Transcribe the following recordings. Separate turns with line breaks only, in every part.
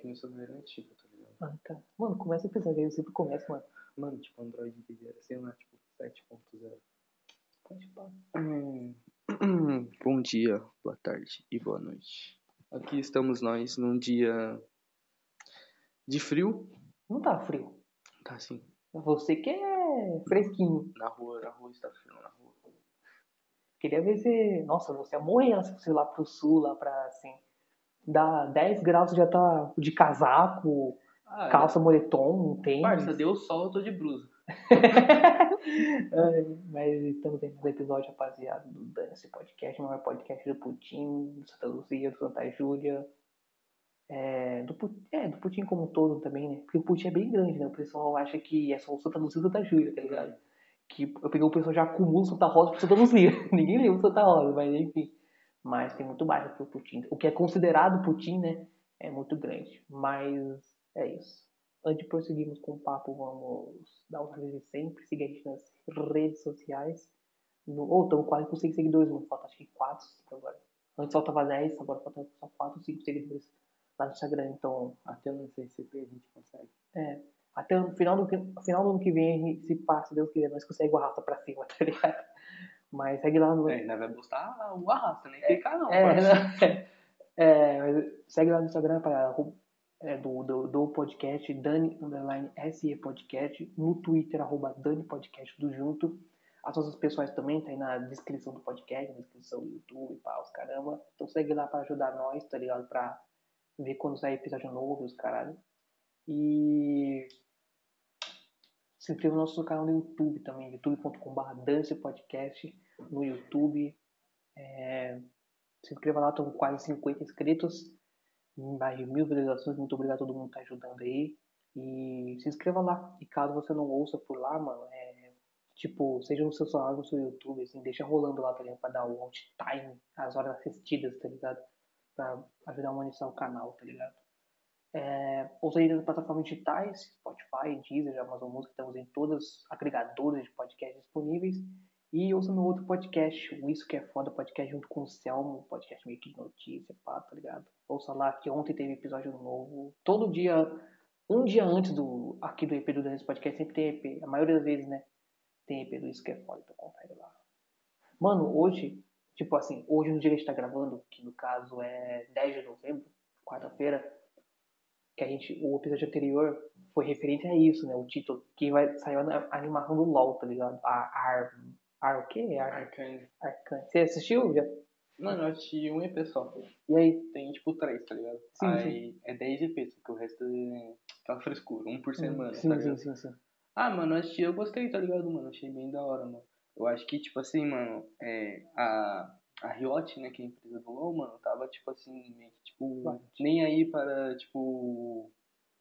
filme sobre era antigo, tá ligado?
Ah, tá. Mano, começa pesado. Aí eu sempre começo, mano.
Mano, tipo, Android Big era, sei lá, tipo, 7.0.
Pode pá.
Hum. Bom dia, boa tarde e boa noite. Aqui estamos nós num dia de frio.
Não tá frio.
Tá assim,
Você que é fresquinho.
na rua, na rua está frio, na rua.
Queria ver se. Nossa, você ia morrer se fosse lá pro sul, lá pra assim. Dá 10 graus, você já tá de casaco,
Ah,
calça, moletom,
é.
tênis.
Parça, deu sol, eu tô de blusa.
Ai, Mas estamos em mais um episódio, rapaziada, do Dance Podcast, o maior podcast do Putin, do Santa Luzia, do Santa Júlia. É, do, Pu- é, do Putin como um todo também, né? Porque o Putin é bem grande, né? O pessoal acha que é só o Santa Luzia e o Santa Júlia, tá ligado? Que eu peguei o pessoal já acumula o Santa Rosa pro Santa Luzia. Ninguém lembra o Santa Rosa, mas enfim. Mas tem muito baixo pro Putin. O que é considerado Putin, né? É muito grande. Mas é isso. Antes de prosseguirmos com o papo, vamos dar uma vez de sempre, seguir a gente nas redes sociais. No, ou estamos quase com 5 seguidores, mano. Falta acho que 4, 5 agora. Antes faltava 10, agora falta só 4, 5 seguidores lá no Instagram. Então,
Até no CCP a gente consegue.
é. Até o final do, que- final do ano que vem, a gente, se passa, se Deus quiser, nós conseguimos o arrasta pra cima, tá ligado? Mas segue lá no,
É, ainda vai postar o arrasta, nem clicar não.
é,
parça.
né? É, mas segue lá no Instagram para é, do, do, do podcast, Dani underline SE Podcast, no Twitter, arroba Dani Podcast, tudo junto. As nossas pessoais também tá aí na descrição do podcast, na descrição do YouTube, pá, os caramba. Então segue lá para ajudar nós, tá ligado? Pra ver quando sair episódio novo, os caralho. E se inscreva no nosso canal no YouTube também, youtube.com.br Dance Podcast no YouTube. Se inscreva lá, estão quase 50 inscritos, mais de mil visualizações. Muito obrigado a todo mundo que tá ajudando aí. E se inscreva lá. E caso você não ouça por lá, mano, é. Tipo, seja no seu celular, no seu YouTube, assim, deixa rolando lá, tá ligado? Pra dar o alt time, as horas assistidas, tá ligado? Pra ajudar a monetizar o canal, tá ligado? É, ouça aí nas plataformas digitais, Spotify, Deezer, Amazon Music, estamos em todas os agregadores de podcast disponíveis. E ouça meu outro podcast, o Isso Que É Foda, podcast junto com o Selmo, um podcast meio que de notícia, pá, tá ligado? Ouça lá que ontem teve episódio novo. Todo dia, um dia antes do aqui do EP do Dance Podcast, é sempre tem EP. A maioria das vezes, né? Tem EP do Isso Que É Foda, então confere lá. Mano, hoje, tipo assim, hoje no dia que a gente tá gravando, que no caso é 10 de novembro, quarta-feira, que a gente, o episódio anterior foi referente a isso, né? O título, que vai saiu a animação do LOL, tá ligado? A Ar... Ar o quê? Ar...
Arcane.
Arcane. Você assistiu? Já?
Mano, eu assisti um EP só.
E aí?
Tem tipo três, tá ligado?
Sim,
Aí é 10 EPs, porque o resto é aquela frescura, um por semana,
sim,
tá
sim,
ligado?
sim, sim.
Ah, mano, eu assisti, eu gostei, tá ligado, mano? Achei bem da hora, mano. Eu acho que, tipo assim, mano, é, a, a Riot, né, que é a empresa do LoL, mano, tava, tipo assim, meio que, tipo,
Riot.
nem aí para, tipo,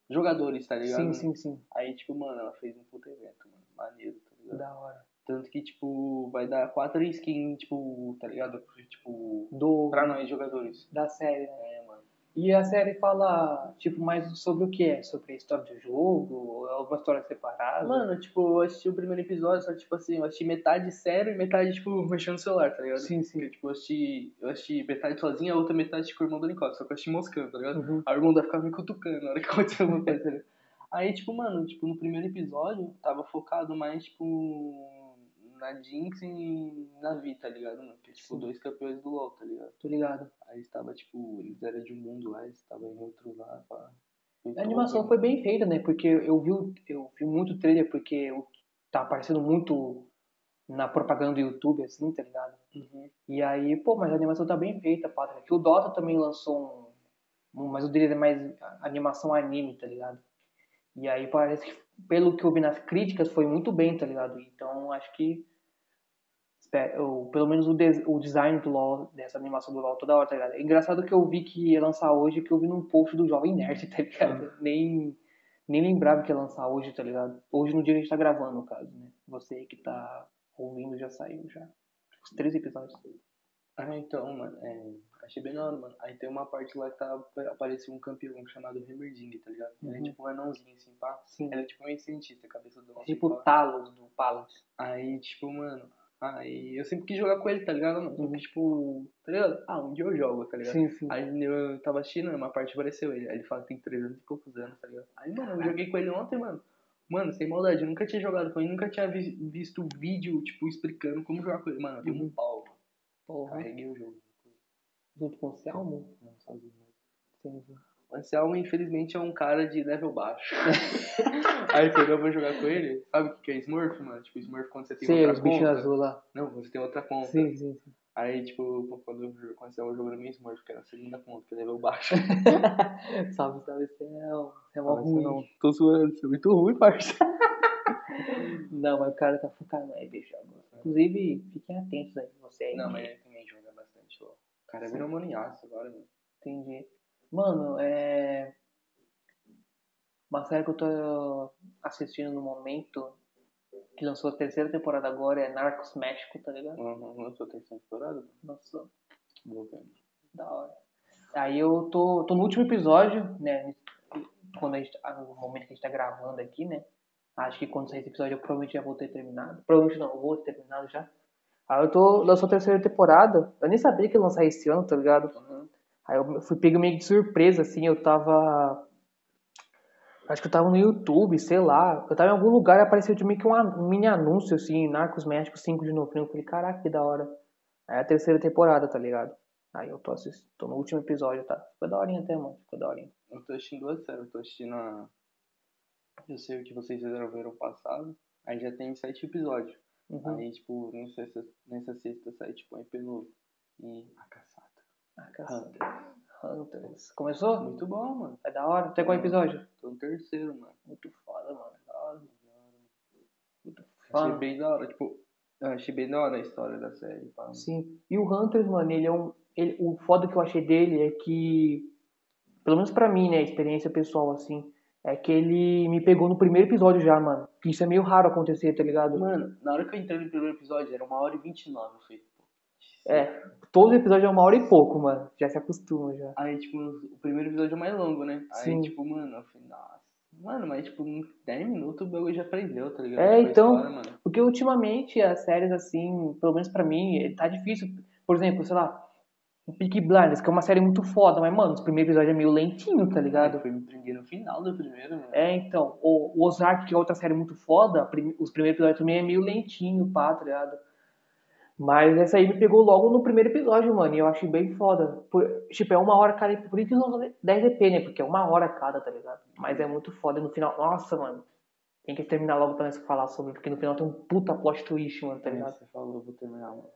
jogadores, tá ligado?
Sim, sim, sim.
Aí, tipo, mano, ela fez um puto evento, mano, maneiro, tá ligado?
Da hora.
Tanto que, tipo, vai dar quatro skins, tipo, tá ligado? Tipo,
Do...
pra nós jogadores.
Da série, né?
É, mano.
E a série fala, tipo, mais sobre o que é? Sobre a história do jogo? Ou é uma história separada?
Mano, tipo, eu assisti o primeiro episódio, só tipo assim, eu assisti metade sério e metade, tipo, mexendo no celular, tá ligado?
sim, sim.
Porque, tipo, eu assisti, eu assisti metade sozinho, a outra metade com o irmão do Nicole, só que eu assisti moscando, tá ligado?
Uhum.
Aí o irmão dela ficava me cutucando na hora que aconteceu alguma coisa. tá ligado? Aí, tipo, mano, tipo, no primeiro episódio, tava focado mais, tipo, na Jinx e na Vi, tá ligado, mano? Que, tipo,
Sim.
dois campeões do LoL, tá ligado?
Tô ligado.
Aí estava, tipo, eles eram de um mundo lá, eles estavam em outro lá, pá.
A É
Então,
animação foi bem feita, né? Porque eu vi, o- eu vi muito trailer, porque o- tá aparecendo muito na propaganda do YouTube, assim, tá ligado?
Uhum.
E aí, pô, mas a animação tá bem feita, pá. Que o Dota também lançou um, um- Mas o dele é mais animação anime, tá ligado? E aí parece que, pelo que eu vi nas críticas, foi muito bem, tá ligado? Então acho que. espero- eu- pelo menos o, des- o design do LoL, dessa animação do LoL toda hora, tá ligado? É engraçado que eu vi que ia lançar hoje, que eu vi num post do Jovem Nerd, tá ligado? Nem, nem lembrava que ia lançar hoje, tá ligado? Hoje no dia que a gente tá gravando, no caso, né? Você que tá ouvindo já saiu já. Os três episódios.
Ah, então, mano, é, achei bem da hora, mano. Aí tem uma parte lá que tá, apareceu um campeão chamado Heimerdinger, tá ligado? Ele é
Uhum.
tipo um anãozinho, assim, pá.
Sim.
Ele é tipo meio cientista, cabeça do tá
É
nosso
tipo o Talos do Palace.
Aí, tipo, mano, Aí eu sempre quis jogar com ele, tá ligado? Mano? Só que, tipo, tá ligado? Ah, um dia eu jogo, tá ligado?
Uhum. Sim, sim.
Aí eu tava assistindo, uma parte apareceu ele. Aí ele fala que tem 300 e poucos anos, tá ligado? Aí, mano, eu joguei com ele ontem, mano. Mano, sem maldade, eu nunca tinha jogado com ele, nunca tinha vi- visto vídeo, tipo, explicando como jogar com ele. Mano, eu
Uhum.
dei um pau, mano.
Porra,
Carreguei o jogo.
junto com o Selmo?
Não, sozinho.
Entendi.
O Anselmo, infelizmente, é um cara de level baixo. Aí quando eu vou jogar com ele, sabe o que que é Smurf, mano? Tipo, Smurf quando você tem
Sim,
outra
os bichinhos
conta.
azul lá.
Não, quando você tem um outra conta.
Sim, sim, sim.
Aí, tipo, pô, quando um eu comecei a jogar no Smurf, que era a segunda conta, que é level baixo.
É, Salve, salve, Selmo. Selmo é
Nossa,
ruim.
não, tô zoando, você é muito ruim, parça.
Não, mas o cara tá focado aí, bicho. agora. Inclusive, fiquem atentos aí, você aí.
É. Não, mas ele também joga bastante, ó. O cara
Sim.
virou maniaço agora, mano.
Entendi. Mano, é. Uma série que eu tô assistindo no momento, que lançou a terceira temporada agora, é Narcos México, tá ligado?
Não, não, sou terceira temporada, mano.
Nossa,
Vou ver.
da hora. Aí eu tô, tô no último episódio, né? Quando a gente, ah, no momento que a gente tá gravando aqui, né? Acho que quando sair esse episódio eu provavelmente já vou ter terminado. Provavelmente não, eu vou ter terminado já. Aí eu tô. Lançou a terceira temporada. Eu nem sabia que ia lançar esse ano, tá ligado?
Uhum.
Aí eu fui pego meio de surpresa, assim, eu tava. Acho que eu tava no YouTube, sei lá. Eu tava em algum lugar e apareceu de mim que um, an- um mini anúncio, assim, Narcos México 5 de novembro. Eu falei, caraca, que da hora. Aí é a terceira temporada, tá ligado? Aí eu tô assistindo, tô no último episódio, tá? Ficou daorinha até, mano. Ficou daorinha.
Eu tô assistindo duas séries, eu tô assistindo a. Eu sei o que vocês resolveram passado. Aí já tem sete episódios.
Uhum.
Aí, tipo, nessa, nessa sexta sai, tipo, um EP novo. E a caçada.
Ah, cacete. Hunters. Começou?
Muito bom, mano.
É da hora. Até qual episódio?
Tô no terceiro, mano.
Muito foda, mano. Da hora. Muito
Achei
foda.
bem da hora, tipo, eu achei bem da hora a história da série. pá.
Sim. E o Hunters, mano, ele é um. ele- o foda que eu achei dele é que. Pelo menos pra mim, né? Experiência pessoal, assim. É que ele me pegou no primeiro episódio já, mano. Que isso é meio raro acontecer, tá ligado?
Mano, na hora que eu entrei no primeiro episódio, era uma hora e vinte e nove, eu falei, pô.
É. Todo episódio é uma hora e pouco, mano. Já se acostuma já.
Aí, tipo, o primeiro episódio é mais longo, né? Aí,
Sim.
tipo, mano, eu falei, nossa. Mano, mas, tipo, em 10 minutos o bagulho já aprendeu, tá ligado?
É,
Com a
então.
História, mano.
Porque ultimamente as séries, assim, pelo menos pra mim, ele tá difícil. Por exemplo, sei lá, o Peaky Blinders, que é uma série muito foda, mas, mano, os primeiros episódios é meio lentinho, tá ligado?
Eu fui me prender no final do primeiro, mano.
É, então, o o Ozark, que é outra série muito foda, a prim- os primeiros episódios também é meio lentinho, pá, tá ligado? Mas essa aí me pegou logo no primeiro episódio, mano, e eu achei bem foda. Por- tipo, é uma hora cada, por isso que são 10 EP, né, porque é uma hora cada, tá ligado? Mas é muito foda, e no final, nossa, mano, tem que terminar logo pra nós falar sobre, porque no final tem um puta plot twist, mano, tá
Também
ligado?
você falou, eu vou terminar, mano.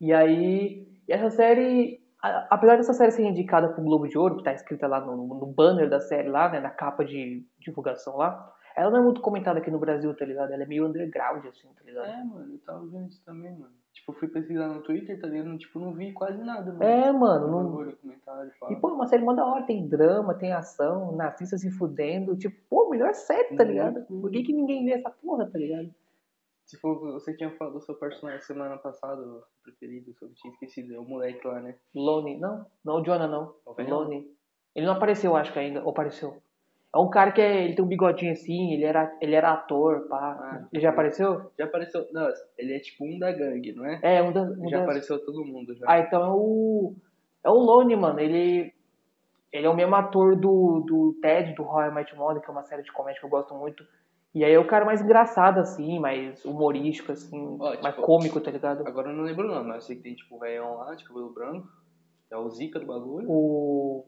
E aí, e essa série, a- apesar dessa série ser indicada pro Globo de Ouro, que tá escrita lá no, no banner da série lá, né, na capa de divulgação lá, ela não é muito comentada aqui no Brasil, tá ligado? Ela é meio underground, assim, tá ligado?
É, mano, eu tava vendo isso também, mano. Tipo, eu fui pesquisar no Twitter, tá ligado? Tipo, não vi quase nada, mano. Tipo,
É, mano, não-
Não... comentário, fala.
E, pô, é uma série mó da hora, tem drama, tem ação, nazista se fudendo, tipo, pô, melhor série, tá ligado? Por que que ninguém vê essa porra, tá ligado?
Se for, você tinha falado do seu personagem semana passada, o preferido, só que tinha esquecido, é o moleque lá, né?
Lone, não, não, o Jonah não.
O velhão?
Lone. Ele não apareceu, acho que ainda, ou apareceu. É um cara que é, ele tem um bigodinho assim, ele era, ele era ator, pá.
Ah,
ele já
tá.
apareceu?
Já apareceu. Não, ele é tipo um da gangue, não é?
É, um das. Um
já
das-
apareceu todo mundo já.
Ah, então é o. É o Lone, mano. Ele. Ele é o mesmo ator do, do Ted, do Royal Might Mother, que é uma série de comédia que eu gosto muito. E aí é o cara mais engraçado, assim, mais humorístico, assim,
Ó,
mais
tipo-
cômico, tá ligado?
Agora eu não lembro o nome, mas eu sei que tem tipo o velhão lá de cabelo branco. É o Zika do bagulho.
O.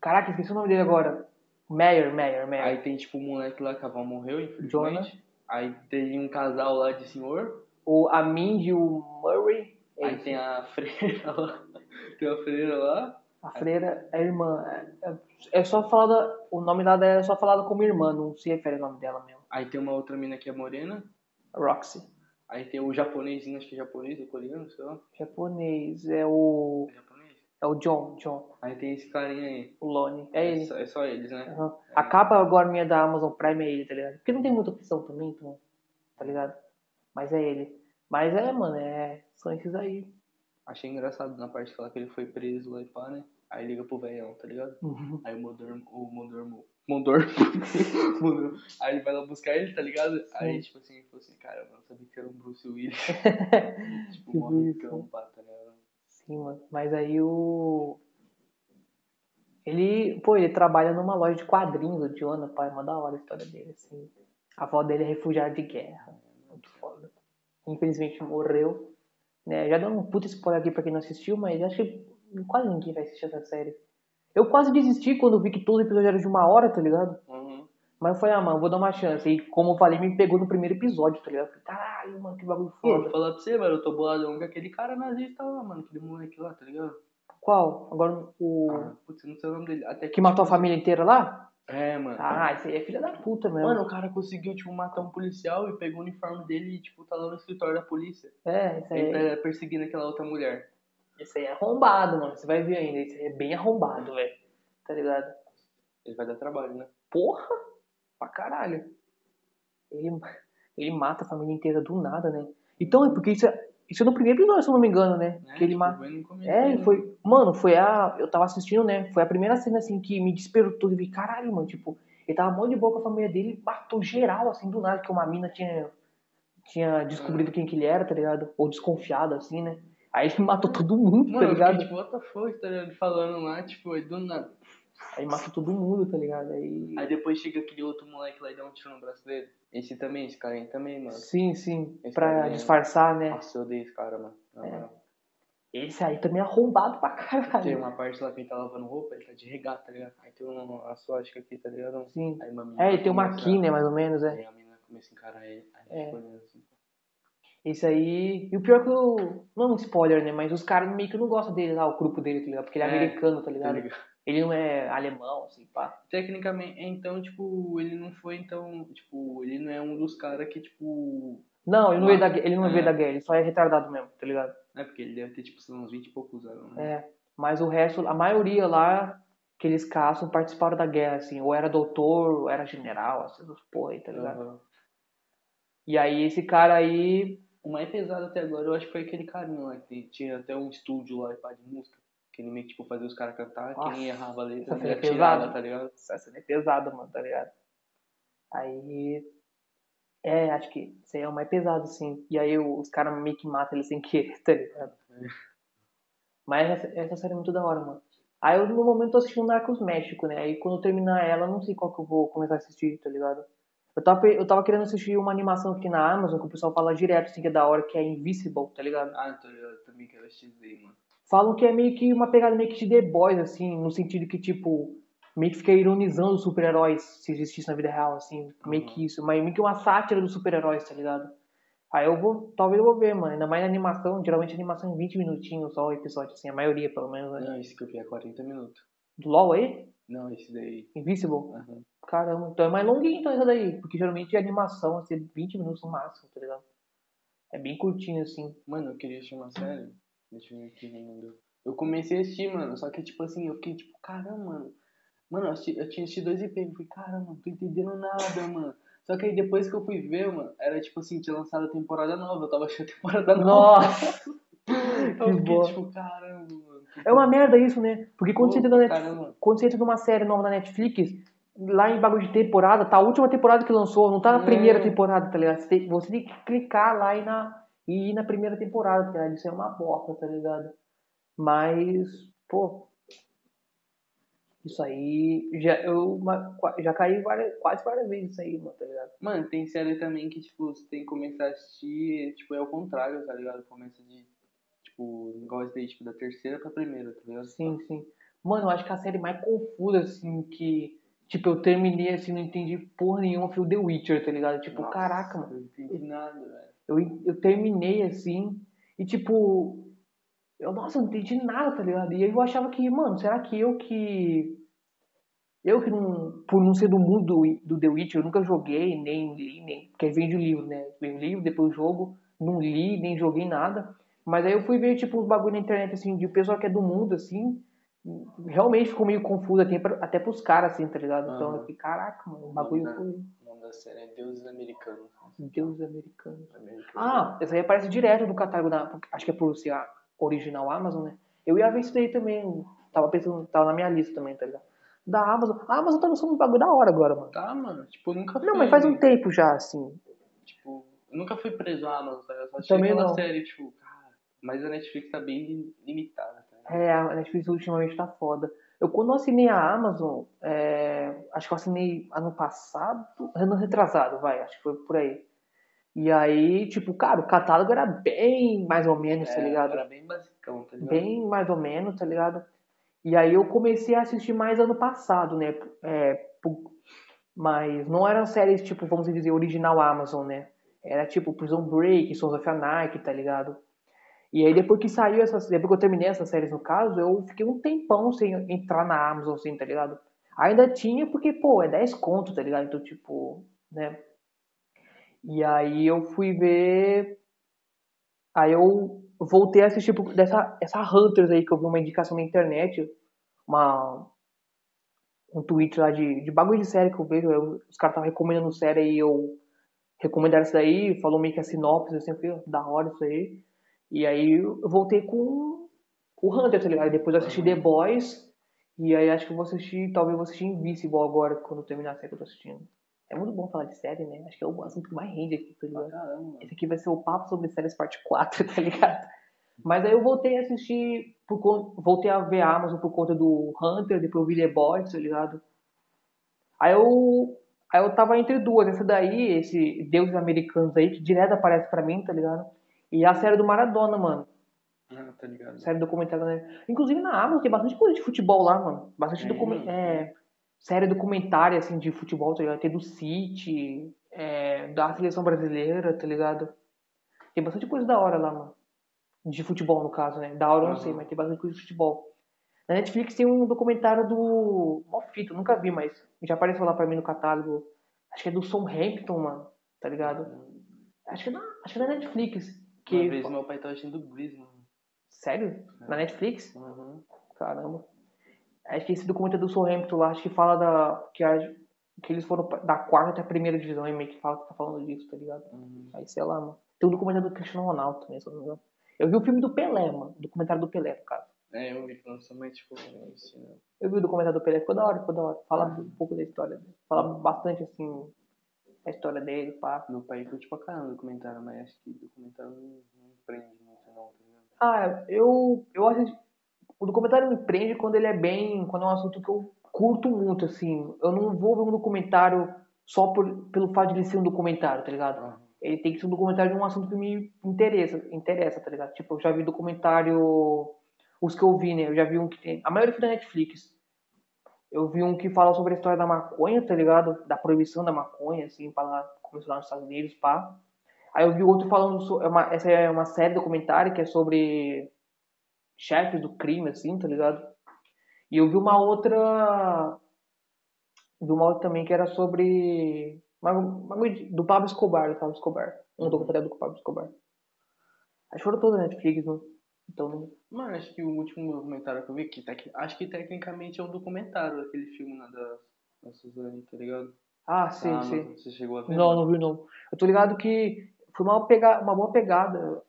Caraca, esqueci o nome dele agora. Meyer, Meyer, Meyer.
Aí tem tipo o moleque lá que a avó morreu, infelizmente. Aí tem um casal lá de senhor.
O a Mindy, o Murray. é
Aí
isso.
tem a freira lá. Tem a freira lá.
A freira é irmã. É, é- é só falada. O nome dela é só falado como irmã, não se refere ao nome dela mesmo.
Aí tem uma outra mina que é morena.
Roxy.
Aí tem o japonesinho, acho que é japonês ou coreano, sei lá.
Japonês, é o.
É japonês.
É o John, John,
Aí tem esse carinha aí.
o Lone. É ele.
só, é só eles, né?
Aham. A capa agora minha da Amazon Prime é ele, tá ligado? Porque não tem muita opção também, então, tá ligado? Mas é ele. Mas é, mano, é. São esses aí.
Achei engraçado na parte que, ela- que ele foi preso lá e pá, né? Aí liga pro velhão, tá ligado?
Uhum.
Aí o Mondormo, o Mondormo, Mondormo, Mondormo, aí ele vai lá buscar ele, tá ligado? Aí,
Sim.
tipo assim, ele falou assim, cara, eu não sabia que era um Bruce Willis. tipo,
Que
um homem
isso.
pá, tá ligado?
Sim, mano. Mas aí o. Ele, pô, ele trabalha numa loja de quadrinhos, o Diona, pai, é mó da hora a história dele, assim. A avó dele é refugiada de guerra, muito foda. Infelizmente morreu. Né? Já deu um puta spoiler aqui pra quem não assistiu, mas acho que quase ninguém vai assistir essa série. Eu quase desisti quando vi que todo episódio era de uma hora, tá ligado?
Uhum.
Mas eu falei, ah, mano, vou dar uma chance. E como eu falei, me pegou no primeiro episódio, tá ligado? Eu falei, Caralho, mano, que bagulho
Pô, vou
foda.
falar pra você, mano, eu tô boladão com aquele cara nazista lá, mano, aquele moleque lá, tá ligado?
Qual? Agora o.
Ah, putz, eu não sei o nome dele. Até
Que matou a
tipo,
família inteira lá?
É, mano.
Ah, esse aí é filha da puta mesmo.
Mano, o cara conseguiu, tipo, matar um policial e pegou o uniforme dele e, tipo, tá lá no escritório da polícia.
é, esse aí,
Ele tá perseguindo aquela outra mulher.
esse aí é arrombado, mano. Você vai ver ainda. Esse aí é bem arrombado, velho. Tá ligado?
Ele vai dar trabalho, né?
Porra! Pra caralho. Ele, ele mata a família inteira do nada, né? Então, é porque isso é, isso é no primeiro episódio, se eu não me engano, né?
Né?
Que ele
Tipo,
mata.
vai no começo,
É,
né?
e foi. Mano, foi a. Eu tava assistindo, né? Foi a primeira cena, assim, que me despertou. Eu vi, caralho, mano, tipo, ele tava mó de boa com a família dele, matou geral, assim, do nada, que uma mina tinha. Tinha
É.
descobrido quem que ele era, tá ligado? Ou desconfiado, assim, né? Aí ele matou todo mundo,
Mano,
tá
eu
ligado?
fiquei tipo, what the fuck, tá ligado? Falando lá, tipo, aí do nada.
Aí matou todo mundo, tá ligado? Aí.
Aí depois chega aquele outro moleque lá e dá um tiro no braço dele. Esse também, esse cara aí também, mano.
Sim, sim.
Esse
Pra
aí é-
disfarçar, né?
Nossa, eu odeio esse cara, mano. Na
É.
moral.
Esse aí também é arrombado pra caralho.
Tem uma parte lá que ele tá lavando roupa, ele tá de regata, tá ligado? Aí tem uma suástica aqui, tá ligado?
Sim.
Aí uma mina
É, ele tem uma
começa-
aqui, né, mais ou menos, é.
Aí a mina começa a encarar ele. Aí
É.
ele ficou olhando assim.
Esse aí. E o pior que o. Não é um spoiler, né? Mas os caras meio que não gostam dele lá, o grupo dele, tá ligado? Porque ele é,
É,
americano, tá
Tá
ligado?
ligado?
Ele não é alemão, assim, pá.
Tecnicamente, então, tipo, ele não foi, então, tipo, ele não é um dos caras que, tipo.
Não, ele não, veio da, ele não
É.
veio da guerra, ele só é retardado mesmo, tá ligado?
É porque ele deve ter, tipo, sei lá, uns 20 e poucos anos, né?
É. Mas o resto, a maioria lá que eles caçam participaram da guerra, assim. Ou era doutor, ou era general, assim, essas porra aí, tá ligado?
Então, Aham.
E aí esse cara aí.
O mais pesado até agora, eu acho que foi aquele carinha lá, que tinha até um estúdio lá pá, de música, que ele meio que tipo, fazia os caras cantar,
Nossa,
quem errava a letra,
essa é
ele
foi
atirava,
pesada.
tá ligado?
Essa cena é pesada, mano, tá ligado? Aí. É, acho que isso aí é o mais pesado, assim. E aí o- os caras meio que matam ele sem querer, tá ligado? Mas essa, essa série é muito da hora, mano. Aí eu, no momento, tô assistindo Narcos México, né? Aí quando eu terminar ela, eu não sei qual que eu vou começar a assistir, tá ligado? Eu tava, pe- eu tava querendo assistir uma animação aqui na Amazon que o pessoal fala direto, assim, que é da hora, que é Invisible, tá ligado?
Ah, tá ligado, eu também quero assistir, mano.
falam que é meio que uma pegada meio que de The Boys, assim, no sentido que, tipo, meio que fica ironizando os super-heróis se existisse na vida real, assim, meio
Uhum.
que isso, mas meio que uma sátira dos super-heróis, tá ligado? Aí eu vou, talvez eu vou ver, mano, ainda mais na animação, geralmente a animação é 20 minutinhos só o episódio, assim, a maioria, pelo menos, né?
Não, esse que eu vi é 40 minutos.
Do LoL aí?
Não, esse daí.
Invisible?
Aham.
Caramba, então é mais longuinho então essa daí, porque geralmente a animação, assim, é 20 minutos no máximo, tá ligado? É bem curtinho, assim.
Mano, eu queria assistir uma série. Deixa eu ver aqui, mano. Eu comecei a assistir, mano, só que tipo assim, eu fiquei tipo, caramba, mano. Mano, eu, assisti- eu tinha assistido dois IP, eu falei, caramba, não tô entendendo nada, mano. Só que aí depois que eu fui ver, mano, era tipo assim, tinha lançado a temporada nova, eu tava achando a temporada nova.
Nossa!
Eu
que
fiquei
boa.
tipo, caramba, mano.
É uma merda isso, né? Porque quando, você, entra na Net-
Caramba.
quando você entra numa série nova na Netflix, lá em bagulho de temporada, tá a última temporada que lançou, não tá na
É.
primeira temporada, tá ligado? Você tem, você tem que clicar lá e, na, e ir na primeira temporada, tá ligado? Isso é uma bosta, tá ligado? Mas, pô. Isso aí. Já, eu ma- qua- já caí várias- quase várias vezes isso aí, mano, tá ligado?
Mano, tem série também que, tipo, você tem que começar a assistir, tipo, é o contrário, tá ligado? Começa de, tipo, igual esse daí, tipo, da terceira pra primeira, tá ligado?
Sim, sim. Mano, eu acho que a série mais confusa, assim, que. Tipo, eu terminei assim, não entendi porra nenhuma, foi o The Witcher, tá ligado? Tipo,
Nossa,
caraca, mano.
Não entendi nada, velho.
Eu, eu terminei assim, e tipo, eu, nossa, não entendi nada, tá ligado? E aí eu achava que, mano, será que eu que. Eu que não. Por não ser do mundo do The Witch, eu nunca joguei, nem li, nem. Porque vem de livro, né? Vem o livro, depois o jogo, não li, nem joguei nada. Mas aí eu fui ver, tipo, uns bagulho na internet, assim, de pessoal que é do mundo, assim. Realmente ficou meio confuso até, pra, até pros caras, assim, tá ligado? Então
Aham.
eu fiquei, caraca, mano, o bagulho
Não, né?
foi. um
O nome da série é Deuses Americanos. né?
Deus americano.
Americanos.
Ah, essa aí aparece direto no catálogo da. Acho que é por ser a original Amazon, né? Eu ia ver isso daí também, o Tava pensando, tava na minha lista também, tá ligado? Da Amazon. A Amazon tá lançando uns bagulho da hora agora, mano.
Tá, mano. Tipo, eu nunca fui.
Ah. Não, mas faz um tempo já, assim.
Tipo, eu nunca fui preso à Amazon, tá ligado? Só achei
Também
aquela
não.
série, tipo, cara. Mas a Netflix tá bem limitada, tá ligado?
É, a Netflix ultimamente tá foda. Eu quando eu assinei a Amazon, é, acho que eu assinei ano passado, ano retrasado, vai, acho que foi por aí. E aí, tipo, cara, o catálogo era bem mais ou menos, tá
É,
ligado?
Era bem basicão, tá ligado?
Bem mais ou menos, tá ligado? E aí eu comecei a assistir mais ano passado, né? É, pu- mas não eram séries, tipo, vamos dizer, original Amazon, né? Era tipo Prison Break, Sons of Anarchy, tá ligado? E aí depois que saiu essas, depois que eu terminei essas séries no caso, eu fiquei um tempão sem entrar na Amazon, assim, tá ligado? Ainda tinha porque, pô, é 10 conto, tá ligado? Então, tipo, né? E aí eu fui ver. Aí eu voltei a assistir por- dessa, essa Hunters aí que eu vi uma indicação na internet, uma, um tweet lá de, de bagulho de série que eu vejo, aí os caras estavam recomendando série aí eu recomendaram isso daí, falou meio que a sinopse, eu sempre, "Ó, da hora isso aí. E aí eu voltei com o Hunter, tá ligado? Aí Depois eu assisti The Boys, e aí acho que eu vou assistir, talvez eu vou assistir Invincible agora, quando eu terminar a série que eu tô assistindo. É muito bom falar de série, né? Acho que é o assunto que mais rende aqui, tá ligado?
Pra Caramba, mano.
Esse aqui vai ser o papo sobre séries parte 4, tá ligado? Mas aí eu voltei a assistir, por con- voltei a ver a Amazon por conta do Hunter, depois eu vi The Boys, tá ligado? Aí eu, aí eu tava entre duas, essa daí, esse Deuses Americanos aí, que direto aparece pra mim, tá ligado? E a série do Maradona, mano.
Ah, tá ligado?
Série documentária, né? Inclusive na Amazon tem bastante coisa de futebol lá, mano. Bastante
É,
documentário.
mano.
série documentária, assim, de futebol, tá ligado? Tem do City, é, da seleção brasileira, tá ligado? Tem bastante coisa da hora lá, mano. De futebol, no caso, né? Da hora eu não
Aham.
sei, mas tem bastante coisa de futebol. Na Netflix tem um documentário do. Mó fita, eu nunca vi, mas já apareceu lá pra mim no catálogo. Acho que é do Southampton, mano. Tá ligado? Acho que é da, acho que é da Netflix. Que...
Uma vez né? É. meu pai tava assistindo o Gris, mano.
Sério? Na Netflix?
Uhum.
Caramba. Acho que esse documento é do Southampton lá, acho que fala da. Que, a, que eles foram pra- da quarta até a primeira divisão e meio que fala que tá falando disso, tá ligado?
Uhum.
Aí, sei lá, mano. Tem um documentário do Cristiano Ronaldo também, se eu não me engano. Eu vi o filme do Pelé, mano. O documentário do Pelé, cara.
É, eu vi que lançou, mas tipo, não sei, né?
Eu vi o documentário do Pelé, ficou da hora, ficou da hora. Fala um pouco da história dele. Fala bastante, assim, da história dele, pá.
Meu pai curte pra caramba documentário, mas acho que documentário não, não prende muito, não, tá ligado?
Ah, eu, eu assisti. O documentário me prende quando ele é bem. Quando é um assunto que eu curto muito, assim. Eu não vou ver um documentário só por, pelo fato de ele ser um documentário, tá ligado?
Uhum.
Ele tem que ser um documentário de um assunto que me interessa, interessa, tá ligado? Tipo, eu já vi documentário. Os que eu vi, né? Eu já vi um que tem. A maioria foi da Netflix. Eu vi um que fala sobre a história da maconha, tá ligado? Da proibição da maconha, assim, pra lá, começou lá nos Estados Unidos, pá. Aí eu vi outro falando. So, é uma, essa é uma série documentária que é sobre chefes do crime, assim, tá ligado? E eu vi uma outra. Vi uma outra também que era sobre. Mas- mas Do Pablo Escobar, do Pablo Escobar. Um documentário do Pablo Escobar. Acho que foram todos da Netflix, né? Então, não-
Mano, acho que o último documentário que eu vi, que tec- acho que tecnicamente é um documentário, aquele filme lá da, da Suzane, tá ligado?
Ah, sim,
Ah,
sim.
mano, Você chegou a ver?
Não, não vi não. Eu tô ligado que foi uma, pega... uma boa pegada.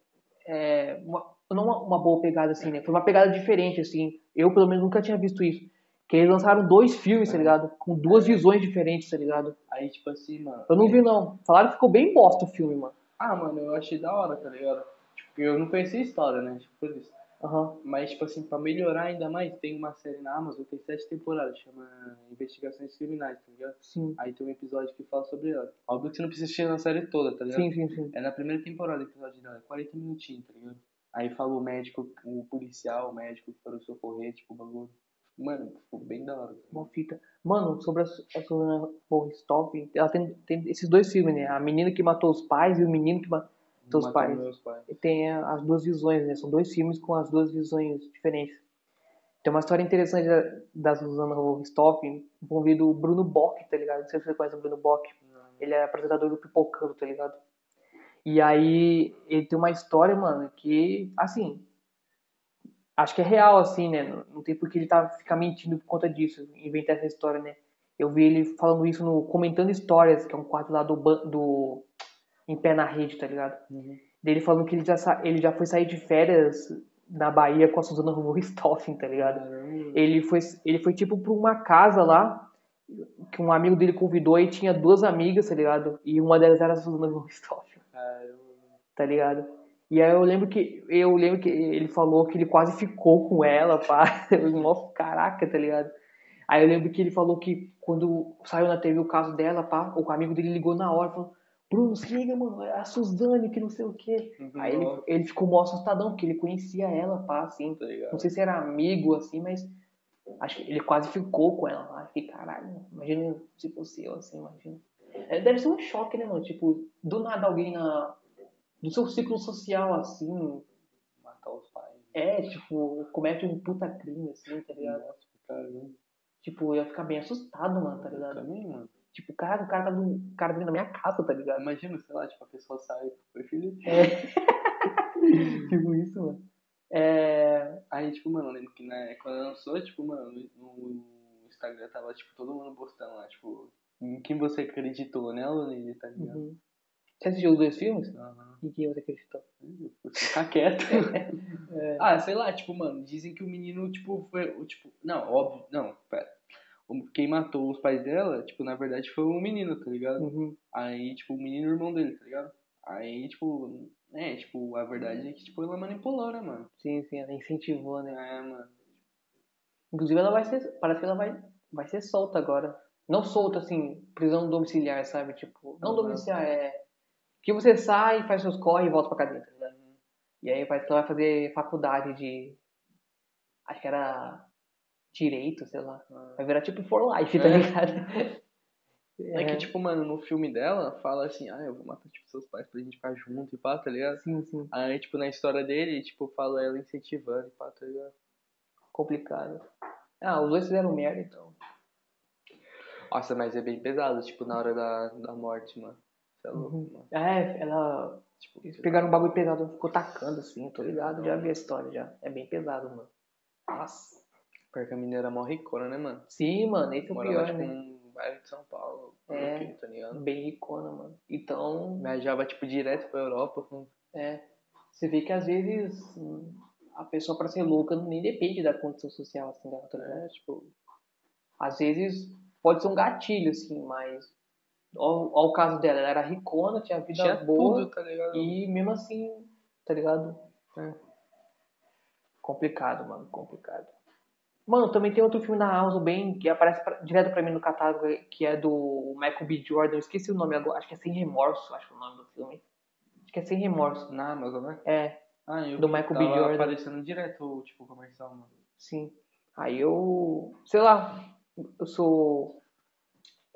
É... Uma... Não uma, uma boa pegada, assim, né? Foi uma pegada diferente, assim. Eu, pelo menos, nunca tinha visto isso. Que eles lançaram dois
É.
filmes, tá ligado? Com duas visões diferentes, tá ligado?
Aí, tipo assim, mano.
Eu não vi, não. Falaram que ficou bem bosta o filme, mano.
Ah, mano, eu achei da hora, tá ligado? Tipo, eu não conhecia a história, né? Tipo, por isso.
Aham.
Mas, tipo assim, pra melhorar ainda mais, tem uma série na Amazon, tem sete temporadas, chama Investigações Criminais, tá ligado?
Sim.
Aí tem um episódio que fala sobre ela. Óbvio que você não precisa assistir na série toda, tá ligado?
Sim, sim, sim.
É na primeira temporada o episódio dela, é 40 minutinhos, tá ligado? Aí fala o médico, o policial, o médico que foi socorrer, tipo, o bagulho. Mano, ficou bem da hora.
Uma fita. Mano, sobre a Su- a Susana Borstoff, ela tem, tem esses dois filmes, né? A menina que matou os pais e o menino que matou. Teus
Matou
pais.
Meus pais.
tem a- as duas visões, né? São dois filmes com as duas visões diferentes. Tem uma história interessante da, da Susana Wolfstoff envolvendo o Bruno Bock, tá ligado? Não sei se você conhece o Bruno Bock.
Não.
Ele é apresentador do Pipocando, tá ligado? E aí ele tem uma história, mano, que, assim, acho que é real, assim, né? Não- Não tem por que ele tá, ficar mentindo por conta disso, inventar essa história, né? Eu vi ele falando isso no Comentando Histórias, que é um quadro lá do, ban- do Em Pé na Rede, tá ligado?
Uhum.
dele falando que ele já, sa- ele já foi sair de férias na Bahia com a Suzana Ristoffen, tá ligado?
Caramba.
Ele foi, ele foi tipo pra uma casa lá, que um amigo dele convidou e tinha duas amigas, tá ligado? E uma delas era a Suzana Ristoffen,
Caramba.
tá ligado? E aí eu lembro que eu lembro que ele falou que ele quase ficou com ela, pá. Eu, Mó caraca, tá ligado? Aí eu lembro que ele falou que quando saiu na TV o caso dela, pá, o amigo dele ligou na hora e falou, Bruno, se liga, mano, é a Suzane, que não sei o quê. Aí ele,
Nossa,
ele ficou mó assustadão, porque ele conhecia ela, pá, assim.
tá ligado?
Não sei se era amigo, assim, mas acho que ele quase ficou com ela lá. Fiquei, caralho, imagina se fosse eu, assim, imagina. É, Deve ser um choque, né, mano? Tipo, do nada alguém na, do seu ciclo social, assim,
Matar os pais.
é, tipo, comete um puta crime, assim, tá ligado?
Nossa, caramba.
Tipo, eu ia ficar bem assustado, mano, tá
Eu
ligado?
também, mano.
Tipo, caralho, o cara tá do, o cara veio na minha casa, tá ligado?
Imagina, sei lá, tipo, a pessoa sai foi Felipe.
tipo isso, mano. É,
Aí, tipo, mano, eu lembro que né, quando eu lançou, tipo, mano, no, no Instagram tava, tipo, todo mundo postando lá, tipo, em quem você acreditou, né, ou nele, tá ligado?
uhum. Você assistiu os dois filmes?
Aham.
E quem você acreditou?
Ficar quieto.
É.
Ah, sei lá, tipo, mano, dizem que o menino, tipo, foi. o Tipo, não, óbvio. Não, pera. O- Quem matou os pais dela, tipo, na verdade foi o menino, tá ligado?
Uhum.
Aí, tipo, o menino e o irmão dele, tá ligado? Aí, tipo, é, tipo, a verdade é que, tipo, ela manipulou, né, mano?
Sim, sim, ela incentivou, né?
É, mano.
Inclusive, ela vai ser. Parece que ela vai, vai ser solta agora. Não solta, assim, prisão domiciliar, sabe? Tipo, não
Uhum.
domiciliar, é. Que você sai, faz seus corre e volta pra cadeia, tá ligado? E aí parece que ela vai fazer faculdade de. Acho que era. Direito, sei lá. Vai virar tipo for life, tá
É.
ligado?
É que, tipo, mano, no filme dela, fala assim, ah, eu vou matar, tipo, seus pais pra gente ficar junto e pá, tá ligado?
Sim, sim.
Aí, tipo, na história dele, tipo, fala ela incentivando e pá, tá ligado?
Complicado. Ah, os dois fizeram merda, então.
Nossa, mas é bem pesado, tipo, na hora da, da morte, mano. Você é louco,
Uhum.
mano.
É, ela
Tipo,
Eles pegaram um bagulho pesado e ficou tacando assim, tô ligado, já vi a história já. É bem pesado, mano. Nossa.
Pior que a mineira morre ricona, né, mano?
Sim, mano, esse é o
Morava,
pior,
tipo,
né?
num bairro de São Paulo,
É.
aqui, tá ligado?
Bem ricona, mano. Então,
Viajava, tipo, direto pra Europa. com-
é. Você vê que às vezes hum, a pessoa pra ser louca nem depende da condição social, assim, dela, tá ligado?
É, tipo,
Às vezes pode ser um gatilho, assim, mas. Ó, ó o caso dela, ela era ricona, tinha vida
tinha
boa.
tudo, tá ligado?
E mesmo assim, tá ligado?
É.
Complicado, mano, complicado. Mano, também tem outro filme da Amazon bem que aparece pra- direto pra mim no catálogo, que é do Michael B. Jordan. Eu esqueci o nome agora, acho que é Sem Remorso, acho que é o nome do filme. Acho que é Sem Remorso.
Na Amazon, né?
É,
Ah, eu
Do Michael B.
tava
Jordan.
aparecendo direto, tipo, comercial, mano.
sim. Aí eu, sei lá, eu sou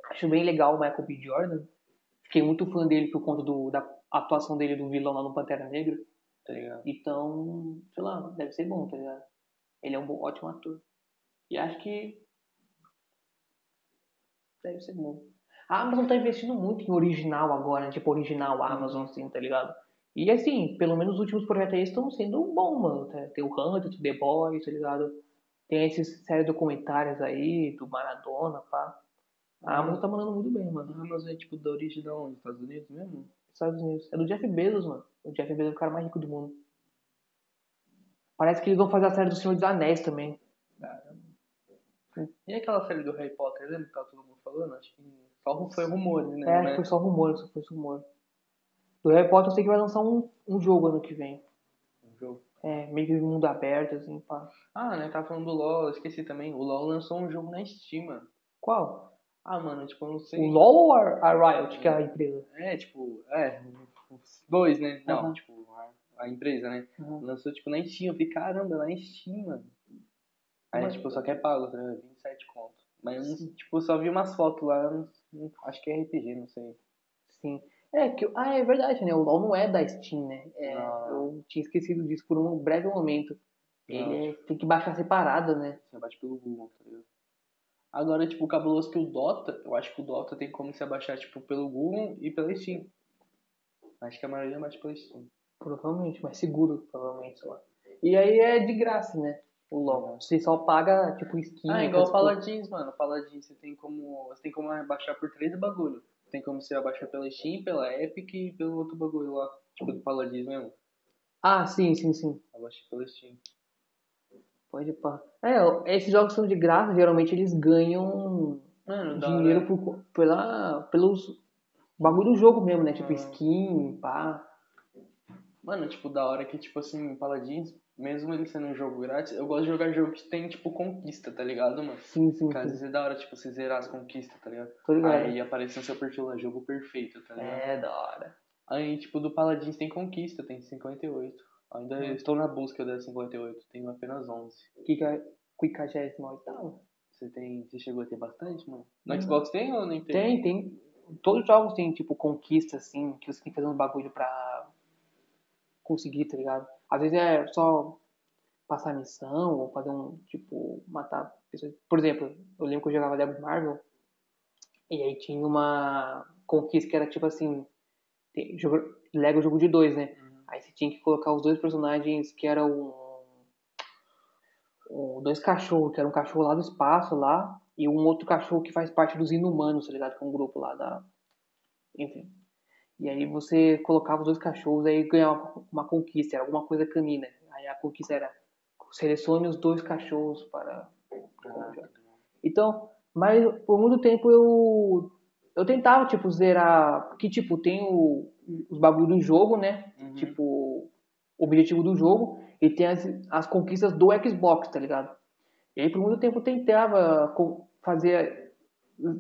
acho bem legal o Michael B. Jordan. Fiquei muito fã dele por conta do, da atuação dele do vilão lá no Pantera Negra.
Tá ligado?
Então, sei lá, deve ser bom, tá ligado? Ele é um bom, ótimo ator. E acho que. Deve ser bom. A Amazon tá investindo muito em original agora, né? tipo original Amazon, assim, tá ligado? E assim, pelo menos os últimos projetos aí estão sendo bom, mano. tá? Tem o Hunter, tem o The Boys, tá ligado? Tem essas séries de documentários aí, do Maradona, pá. A Amazon tá mandando muito bem, mano.
A Amazon é, tipo, da origem da onde? Estados Unidos mesmo?
Estados Unidos. É do Jeff Bezos, mano. O Jeff Bezos é o cara mais rico do mundo. Parece que eles vão fazer a série do Senhor dos Anéis também.
E aquela série do Harry Potter, lembra que tava todo mundo falando? Acho que só foi rumores, né?
É, acho
né?
que foi só rumor, isso foi só rumor. Do Harry Potter eu sei que vai lançar um, um jogo ano que vem.
Um jogo.
É, meio que de mundo aberto, assim, pá.
Ah, né? Tava falando do LoL, eu esqueci também. O LoL lançou um jogo na Steam, mano.
Qual?
Ah, mano, tipo, eu não sei.
O LoL ou a a Riot, que é a empresa?
É, tipo, é, os dois, né? Não,
Aham.
tipo, a, a empresa, né?
Aham.
Lançou, tipo, na Steam. Eu fiquei, caramba, na Steam, mano. Aí,
Mas-
tipo, só que é pago, tá ligado? 27 conto. Mas, eu não-
Sim.
tipo, eu só vi umas fotos lá, eu não- não- acho que é RPG, não sei.
Sim. É, que, ah, é verdade, né? O LoL não é da Steam, né? É,
Não.
eu tinha esquecido disso por um breve momento.
Não.
Ele é- tem que baixar separado, né?
Você abaixa pelo Google, tá ligado? Agora, tipo, o cabuloso que o Dota, eu acho que o Dota tem como se abaixar, tipo, pelo Google e pela Steam. Acho que a maioria mais pela Steam.
Provavelmente, mais seguro, provavelmente, sei lá. E aí é de graça, né? O LOL. Você só paga, tipo, skin.
Ah, igual o
essas
Paladins, mano. Paladins, você tem como. Você tem como abaixar por três bagulho. Tem como você abaixar pela Steam, pela Epic e pelo outro bagulho lá. Tipo, do Paladins mesmo.
coisas. Ah, sim, sim, sim.
Eu baixei pelo Steam.
Pode pá. É, ó, esses jogos são de graça, geralmente eles ganham
Mano, da hora.
dinheiro por, co- pela, pelos bagulho do jogo mesmo, né? Tipo
Hum.
skin, pá.
Mano, tipo, da hora que, tipo assim, Paladins, mesmo ele sendo um jogo grátis, eu gosto de jogar jogo que tem, tipo, conquista, tá ligado, mano?
Sim, sim,
Cara, às
sim.
vezes é da hora, tipo, você zerar as conquistas, tá ligado?
Tô ligado.
Aí aparece no seu perfil lá, jogo perfeito, tá ligado?
É, da hora.
Aí, tipo, do Paladins tem conquista, tem 58. Ainda
Hum.
estou na busca da 58, tenho apenas 11.
Que que é 58º?
Você tem. Você chegou a ter bastante, mano? No
Não.
Xbox tem ou nem tem?
Hum. Tem, tem. Todos os jogos tem, tipo, conquista, assim, que você tem que fazer uns bagulho pra conseguir, tá ligado? Às vezes é só passar missão ou fazer um, tipo, matar pessoas. Por exemplo, eu lembro que eu jogava Lego Marvel e aí tinha uma conquista que era tipo assim, tem jogo- Lego jogo de dois, né?
Uhum.
Aí você tinha que colocar os dois personagens que eram um, dois cachorros, que era um cachorro lá do espaço lá, e um outro cachorro que faz parte dos inumanos, tá ligado? Que é um grupo lá da. Enfim. E aí você colocava os dois cachorros aí ganhava uma conquista, era alguma coisa canina. Aí a conquista era selecione os dois cachorros para.
Caraca.
Então, mas por muito tempo eu. Eu tentava, tipo, zerar. Porque, tipo, tem o, os bagulho do jogo, né?
Uhum.
tipo, o objetivo do jogo, e tem as, as conquistas do Xbox, tá ligado? E aí, por muito tempo, eu tentava co- fazer,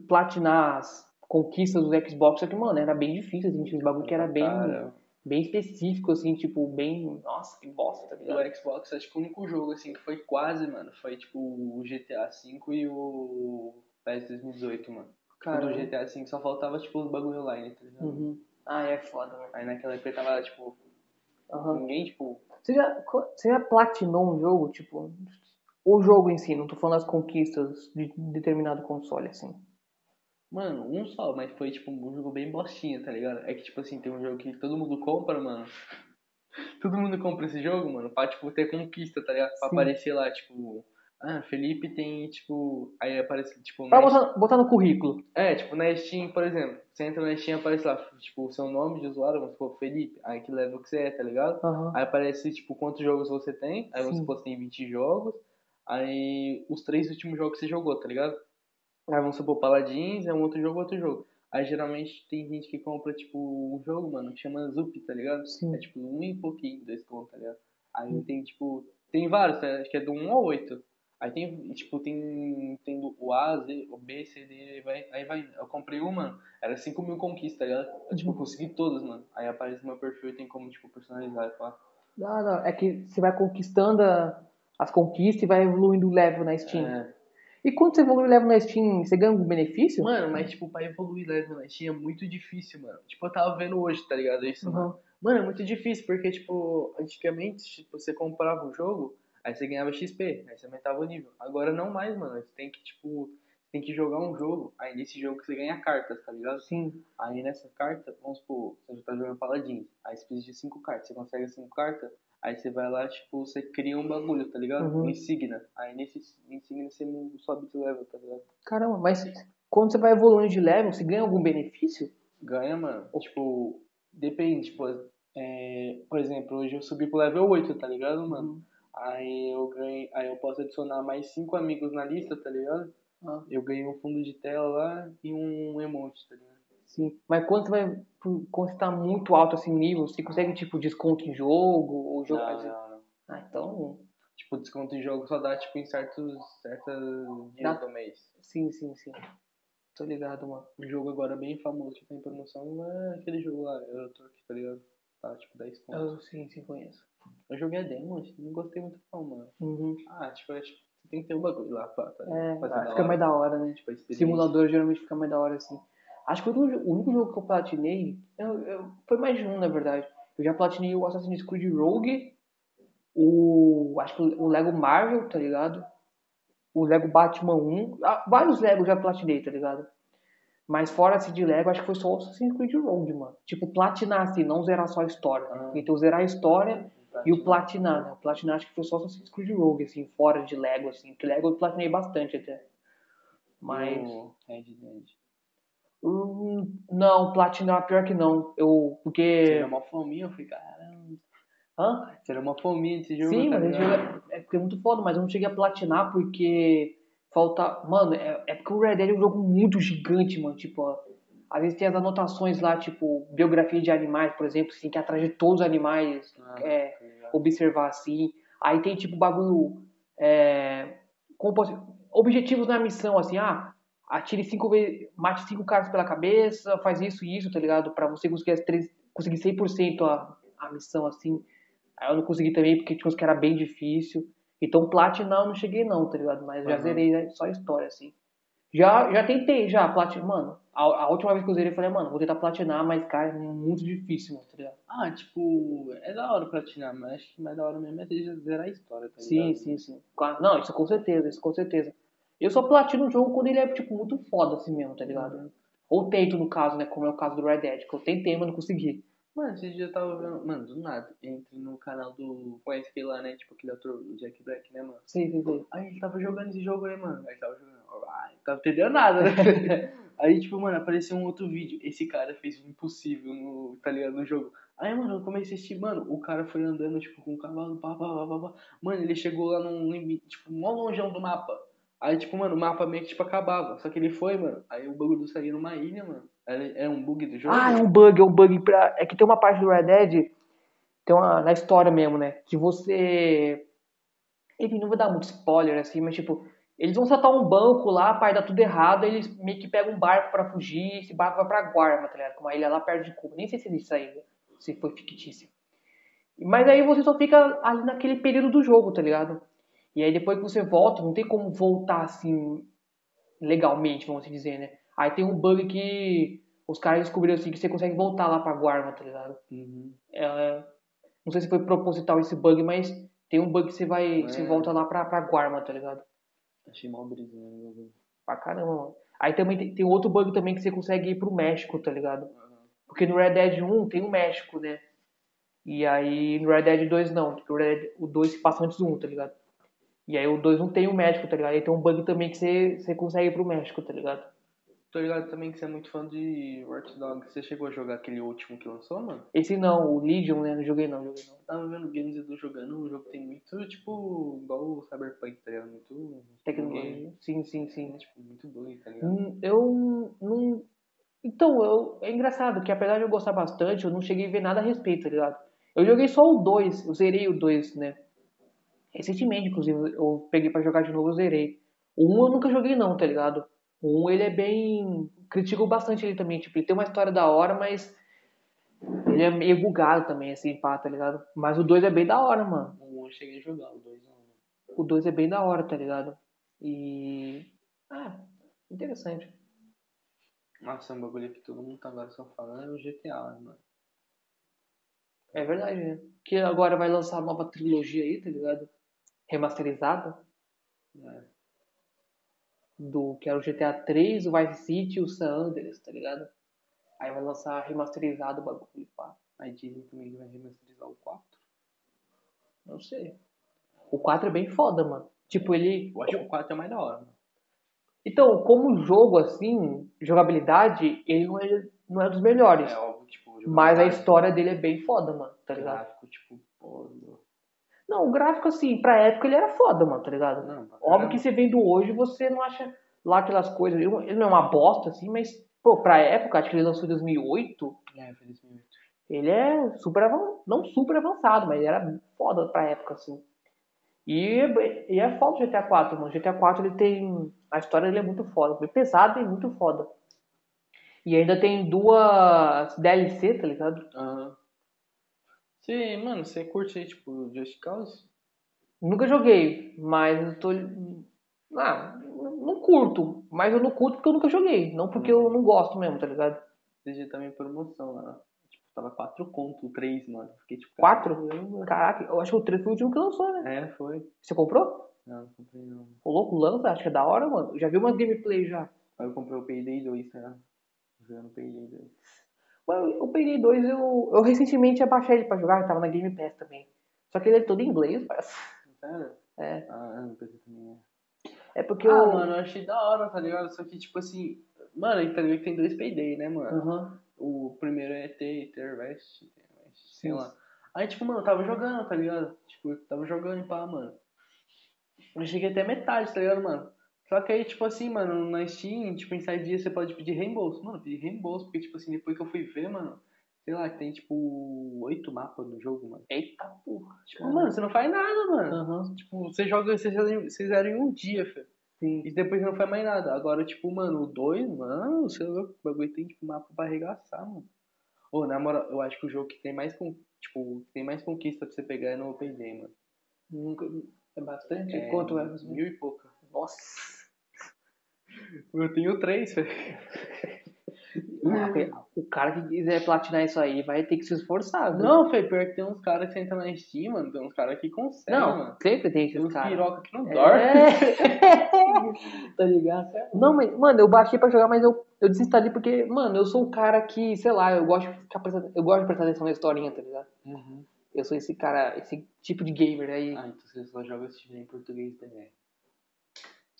platinar as conquistas do Xbox, só que, mano, era bem difícil, assim, tinha uns bagulho que era bem,
Cara,
bem específico, assim, tipo, bem, nossa, que bosta, tá ligado?
O Xbox, acho que o único jogo, assim, que foi quase, mano, foi, tipo, o GTA V e o PES 2018, mano.
Cara,
O do GTA V só faltava, tipo, os bagulho online, tá ligado?
uhum. Ah, é foda, né?
Aí naquela época tava, tipo,
Aham.
ninguém, tipo...
Você já, você já platinou um jogo, tipo, o jogo em si, não tô falando das conquistas de determinado console, assim.
Mano, um só, mas foi, tipo, um jogo bem bostinha, tá ligado? É que, tipo, assim, tem um jogo que todo mundo compra, mano. Todo mundo compra esse jogo, mano, pra, tipo, ter conquista, tá ligado? Pra
Sim.
aparecer lá, tipo... Ah, Felipe tem, tipo... Aí aparece, tipo...
Pra
na
botar, botar no currículo.
É, tipo, na Steam, por exemplo, você entra na Steam aparece lá, tipo, o seu nome de usuário, vamos supor, Felipe, aí que level que você é, tá ligado?
Aham.
Aí aparece, tipo, quantos jogos você tem, aí vamos
Sim.
supor, você tem 20 jogos, aí os três últimos jogos que você jogou, tá ligado? Aí vamos supor, Paladins, é um outro jogo, outro jogo. Aí geralmente tem gente que compra, tipo, um jogo, mano, que chama Zup, tá ligado?
Sim.
É tipo, um e pouquinho, dois pontos, tá ligado? Aí tem, tipo, tem vários, tá? acho que é do 1 ao 8. Aí tem, tipo, tem, tem do- o A, Z, o B, C, D, aí vai, aí vai. Eu comprei um, mano, era 5 mil conquistas, tá ligado? Eu, tipo, consegui todas, mano. Aí aparece no meu perfil e tem como, tipo, personalizar e pá.
Não, não, é que você vai conquistando a- as conquistas e vai evoluindo o level na Steam.
É.
E quando você evolui o level na Steam, você ganha algum benefício?
Mano, mas, tipo, pra evoluir level na Steam é muito difícil, mano. Tipo, eu tava vendo hoje, tá ligado? Isso, mano.
Uhum.
Mano, é muito difícil, porque, tipo, antigamente, tipo, você comprava o jogo, aí você ganhava XP, aí você aumentava o nível. Agora não mais, mano. Você tem que, tipo, tem que jogar um jogo, aí nesse jogo você ganha cartas, tá ligado?
Sim.
Aí nessa carta, vamos supor, você já tá jogando Paladins, aí você precisa de cinco cartas, você consegue cinco cartas, aí você vai lá, tipo, você cria um bagulho, tá ligado?
Uhum.
Um insignia. Aí nesse insignia você muda- sobe de level, tá ligado?
Caramba, mas quando você vai evoluindo de level, você ganha algum benefício?
Ganha, mano.
Oh.
Tipo, depende, tipo, é, por exemplo, hoje eu subi pro level 8, tá ligado, mano? Aí eu ganhei, aí eu posso adicionar mais cinco amigos na lista, tá ligado?
Ah.
Eu ganhei um fundo de tela lá e um emote, tá ligado?
Sim. Mas quando você vai. Quando você tá muito alto assim nível, você consegue tipo desconto em jogo? Ou jogo
Não, não, não.
Ah, então.
Tipo, desconto em jogo só dá tipo em certos certas dias do mês.
Sim, sim, sim. Tô ligado, mano.
O Um jogo agora bem famoso que tem promoção é aquele jogo lá, Eurotalk, tá ligado? Tá tipo 10 pontos.
Eu sim, sim, conheço.
Eu joguei a demo, assim, não gostei muito não, mano.
Uhum.
Ah, tipo, acho que você tem que ter um bagulho lá, pá, tá ligado?
É,
Pra ser da
fica
hora.
mais da hora, né?
Tipo, a experiência.
Simulador geralmente fica mais da hora assim. Acho que o único, o único jogo que eu platinei eu- eu- foi mais de um, na verdade. Eu já platinei o Assassin's Creed Rogue, o. Acho que o Lego Marvel, tá ligado? O Lego Batman 1. Ah, vários Lego eu já platinei, tá ligado? Mas fora assim, de Lego, acho que foi só o Assassin's Creed Rogue, mano. Tipo, platinar assim, não zerar só a história.
Ah.
Então zerar a história
Tá,
e o
tipo,
platinar, né? O platinar acho que foi só Assassin's Creed Rogue, assim, fora de Lego, assim. Que Lego eu platinei bastante até. Mas.
o Red Dead.
hum, não, platinar, pior que não. Eu.
Você
Porque.
É. deu uma fominha, eu falei, caramba.
Hã?
Será uma fominha desse jogo.
Sim,
tá
mas esse
ligado?
jogo é, é porque é muito foda, mas eu não cheguei a platinar porque falta. Mano, é, é porque o Red Dead é um jogo muito gigante, mano. Tipo, ó, às vezes tem as anotações lá, tipo, biografia de animais, por exemplo, você tem que ir atrás de todos os animais.
Ah,
é,
tá ligado.
observar assim. Aí tem tipo bagulho. É, como posso- objetivos na missão, assim, ah, atire cinco vezes. Mate cinco caras pela cabeça, faz isso e isso, tá ligado? Pra você conseguir as três. Conseguir 100% a, a missão, assim. Aí eu não consegui também, porque tinha uns que era bem difícil. Então, platinar eu não cheguei não, tá ligado? Mas já
Aham.
zerei né, só a história, assim. Já, já tentei, já, platinar. Mano, a, a última vez que eu zerei, eu falei, mano, vou tentar platinar, mas, cara, é muito difícil, mano, tá ligado?
Ah, tipo, é da hora platinar, mas acho que mais da hora mesmo é você já zerar a história, tá
Sim,
ligado?
sim, sim. Claro. Não, isso com certeza, isso com certeza. Eu só platino o jogo quando ele é, tipo, muito foda assim mesmo, tá ligado?
Uhum.
Ou tento, no caso, né? Como é o caso do Red Dead, que eu tentei, mas não consegui.
Mano, esse dia eu tava vendo. Mano, do nada. Entre no canal do. Conhece aquele lá, né? Tipo aquele ator, o Jack Black, né, mano?
Sim, sim, sim.
Aí ele tava jogando esse jogo aí, mano. Aí tava jogando. Alright. Tava entendendo nada, né? aí, tipo, mano, apareceu um outro vídeo. Esse cara fez o impossível no. Tá ligado? No jogo. Aí, mano, eu comecei a assistir, mano, o cara foi andando, tipo, com o cavalo, pá, pá, pá, pá, pá. Mano, ele chegou lá num limite, tipo, mó longeão do mapa. Aí, tipo, mano, o mapa meio que, tipo, acabava. Só que ele foi, mano. Aí o bagulho saiu numa ilha, mano. Era- É um bug do jogo?
Ah, é um bug, é um bug pra. É que tem uma parte do Red Dead, tem uma. Na história mesmo, né? Que você. Enfim, não vou dar muito spoiler assim, mas tipo, eles vão saltar um banco lá, pai, dá tudo errado, aí eles meio que pegam um barco pra fugir, esse barco vai pra Guarma, tá ligado? Que é Uma ilha lá perto de Cuba. Nem sei se existe essa ilha, se foi fictício. Mas aí você só fica ali naquele período do jogo, tá ligado? E aí depois que você volta, não tem como voltar assim legalmente, vamos assim dizer, né? Aí tem um bug que os caras descobriram assim que você consegue voltar lá pra Guarma, tá ligado?
Uhum.
É, não sei se foi proposital esse bug, mas tem um bug que você vai.
É.
Você volta lá pra, pra Guarma, tá ligado?
Achei mal brisa, né? meu Deus.
Pra caramba, mano. Aí também tem, tem outro bug também que você consegue ir pro México, tá ligado?
Aham.
Porque no Red Dead 1 tem o México, né? E aí no Red Dead 2 não. porque O, Red Dead- o 2 se passa antes do 1, tá ligado? E aí o 2 não tem o México, tá ligado? Aí tem um bug também que você, você consegue ir pro México, tá ligado?
Tô ligado também que você é muito fã de Watch Dogs. Você chegou a jogar aquele último que lançou, mano?
Esse não, o Legion, né? Não joguei não, joguei não.
Eu tava vendo games e tô jogando. O jogo tem muito, tipo, igual o Cyberpunk, tá ligado? Muito.
Tecnologia. Sim, sim, sim.
É, tipo, muito bug, tá ligado?
Hum, Eu não. Então, eu... é engraçado que apesar de eu gostar bastante, eu não cheguei a ver nada a respeito, tá ligado? Eu joguei só o 2, eu zerei o 2, né? Recentemente, inclusive, eu peguei pra jogar de novo, eu zerei. O 1 eu nunca joguei não, tá ligado? O 1 ele é bem. Critico bastante ele também, tipo, ele tem uma história da hora, mas. Ele é meio bugado também, assim, pá, tá ligado? Mas o 2 é bem da hora, mano.
O 1 eu cheguei a jogar, o 2 não.
O 2 é bem da hora, tá ligado? E. Ah, interessante.
Nossa, é um bagulho que todo mundo tá agora só falando é o GTA, né, mano.
É verdade, né? Que agora vai lançar a nova trilogia aí, tá ligado? Remasterizada. né?
É.
Do que era o GTA 3, o Vice City e o San Andreas, tá ligado? Aí vai lançar remasterizado o bagulho, pá.
Aí dizem também que vai remasterizar o 4.
Não sei. O 4 é bem foda, mano. Tipo, ele.
Eu acho que o 4 é mais da hora, mano.
Então, como jogo, assim, jogabilidade, ele não é, não é dos melhores.
É óbvio, tipo, jogar
mas a
mais
história dele é bem foda, mano, tá ligado?
gráfico, tipo, pô. meu.
Não, o gráfico, assim, pra época ele era foda, mano, tá ligado?
Não, pra
Óbvio
caramba.
que você vendo hoje, você não acha lá aquelas coisas. Ele ele não é uma bosta, assim, mas, pô, pra época, acho que ele lançou em 2008,
É, foi 2008.
ele é super avançado. Não super avançado, mas ele era foda pra época, assim. E, é bem- e é foda o GTA IV, mano. GTA IV, ele tem. A história dele é muito foda. Bem pesada e muito foda. E ainda tem duas DLC, tá ligado?
Aham. Você, mano, você curte aí, tipo, Just Cause?
Nunca joguei, mas eu tô. Ah, não curto. Mas eu não curto porque eu nunca joguei. Não porque eu não gosto mesmo, tá ligado?
Esse dia também promoção lá. Tipo, tava 4 conto, 3, mano. Fiquei tipo.
Quatro? Caraca, eu acho que o 3 foi o último que lançou, né?
É, foi.
Você comprou?
Não, não comprei não.
O louco lança, acho que é da hora, mano. Eu já vi umas gameplay já.
Aí eu comprei o Payday 2, né? Jogando Payday 2.
Mano, eu peguei dois, eu, eu recentemente abaixei ele pra jogar, ele tava na Game Pass também. Só que ele é todo em inglês, parece.
Sério?
É.
Ah, não pensei também. É.
É porque
Ah,
eu.
mano, eu achei da hora, tá ligado? Só que, tipo assim. Mano, aí tá ligado que tem dois Payday, né, mano?
Aham.
O primeiro é Ter, Tervest, Tervest, sei
Sim.
lá. Aí, tipo, mano, eu tava jogando, tá ligado? Tipo, eu tava jogando e pá, mano. Eu cheguei até metade, tá ligado, mano? Só que aí, tipo assim, mano, na Steam, tipo, em side dia você pode pedir reembolso. Mano, eu pedi reembolso, porque, tipo assim, depois que eu fui ver, mano, sei lá, tem, tipo, oito mapas no jogo, mano.
Eita porra. Ah.
Tipo, mano, você não faz nada, mano.
Aham.
Tipo, você joga, você zera em- você zera em um dia, filho.
Sim.
E depois não faz mais nada. Agora, tipo, mano, o 2, mano, você é louco, o bagulho tem, tipo, mapa pra arregaçar, mano. Ô, na moral, eu acho que o jogo que tem mais, con- tipo, que tem mais conquista pra você pegar é no Open Day, mano.
Nunca... É bastante?
É,
Quanto é?
Mil e pouca.
Nossa.
Eu tenho três, é velho.
Ah, o cara que quiser platinar isso aí vai ter que se esforçar. viu?
Não, Fê, pior que tem uns caras que entram na Steam, mano, tem uns caras que conseguem,
Não,
mano.
sempre tem
Tem
esses
uns
caras.
piroca que não dorme.
É. tá ligado? Não, mas, mano, eu baixei pra jogar, mas eu, eu desinstalei porque, mano, eu sou um cara que, sei lá, eu gosto de ficar prestando, eu gosto de prestar atenção na historinha, tá ligado? Eu sou esse cara, esse tipo de gamer aí.
Ah, então você só joga esse time em português também.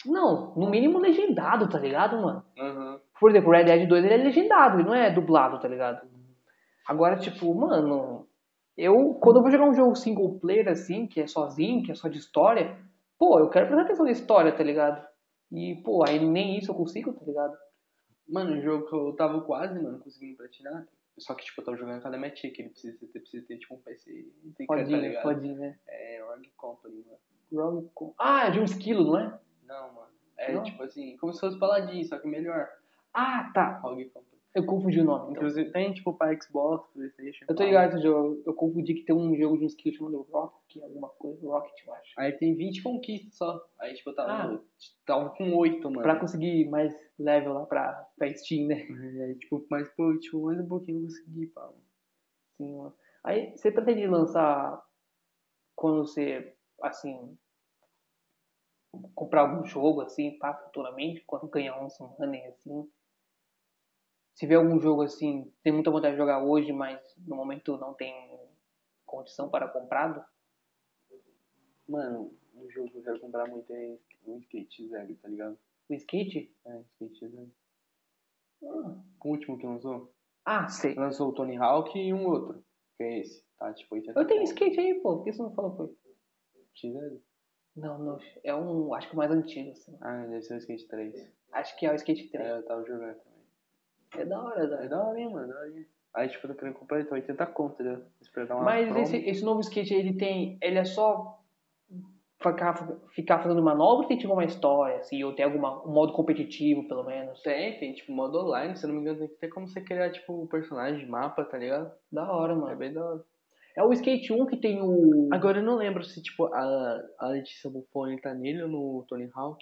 Não, no mínimo legendado, tá ligado, mano?
Aham.
Por exemplo, o Red Dead 2 ele é legendado, ele não é dublado, tá ligado? Agora, tipo, mano, eu quando eu vou jogar um jogo single player assim, que é sozinho, que é só de história, pô, eu quero prestar atenção na história, tá ligado? E, pô, aí nem isso eu consigo, tá ligado?
Mano, o jogo que eu tava quase, mano, conseguindo platinar. Só que, tipo, eu tava jogando com a da minha tia, que ele precisa ter, precisa ter tipo, um PC. Tem que tá
Fodinho,
ligado?
fodinho, né?
É Rogue Company, mano.
Rogue Com- Ah, é de um esquilo, não é?
Não, mano. É
Não?
tipo assim, como se fosse Paladin, só que melhor.
Ah, tá.
Rogue Company.
Eu confundi o nome, então.
Inclusive, tem, tipo, pra Xbox, Playstation.
Eu tô
pá.
ligado nesse jogo. Eu confundi que tem um jogo de um esquilo chamado Rock, alguma coisa. Rocket, eu acho.
Aí tem 20 conquistas só. Aí, tipo, eu tava,
Ah.
eu tava com 8, mano.
Pra conseguir mais level lá pra, pra Steam, né?
É, tipo, mas, pô, tipo, mais um pouquinho eu consegui, pá. mano.
Sim, mano. Aí você pretende lançar quando você, assim, comprar algum jogo, assim, pá, futuramente, quando ganhar um some money, assim. Se vê algum jogo, assim, tem muita vontade de jogar hoje, mas no momento não tem condição para comprado.
Mano, um jogo que eu quero comprar muito é um skate zero, tá ligado?
O skate?
É, skate zero. Ah, O último que lançou?
Ah, sei.
Lançou o Tony Hawk e um outro. Que é esse. Tá, tipo, 80
Eu tenho
pontos.
skate aí, pô. Por que você não falou foi?
Skate zero?
Não, não. É um, acho que o mais antigo, assim.
Ah, deve ser o skate 3.
Acho que é o skate 3.
É, eu tava jogando também.
É, da hora, da
É
hora.
da hora, hein, mano. Da hora, hein? Aí, tipo, eu tô querendo comprar, então 80 conto, né? Esperar uma
Mas
promo.
esse, esse novo skate, ele tem. Ele é só ficar, ficar fazendo manobra ou tem tipo uma história, assim, ou tem alguma, um modo competitivo, pelo menos.
Tem, tem, tipo, modo online, se eu não me engano, tem que ter como você criar, tipo, o personagem, mapa, tá ligado?
Da hora,
É
mano.
bem da hora.
É o skate 1 que tem o.
Agora eu não lembro se, tipo, a, a Letícia Buffoni tá nele ou no Tony Hawk.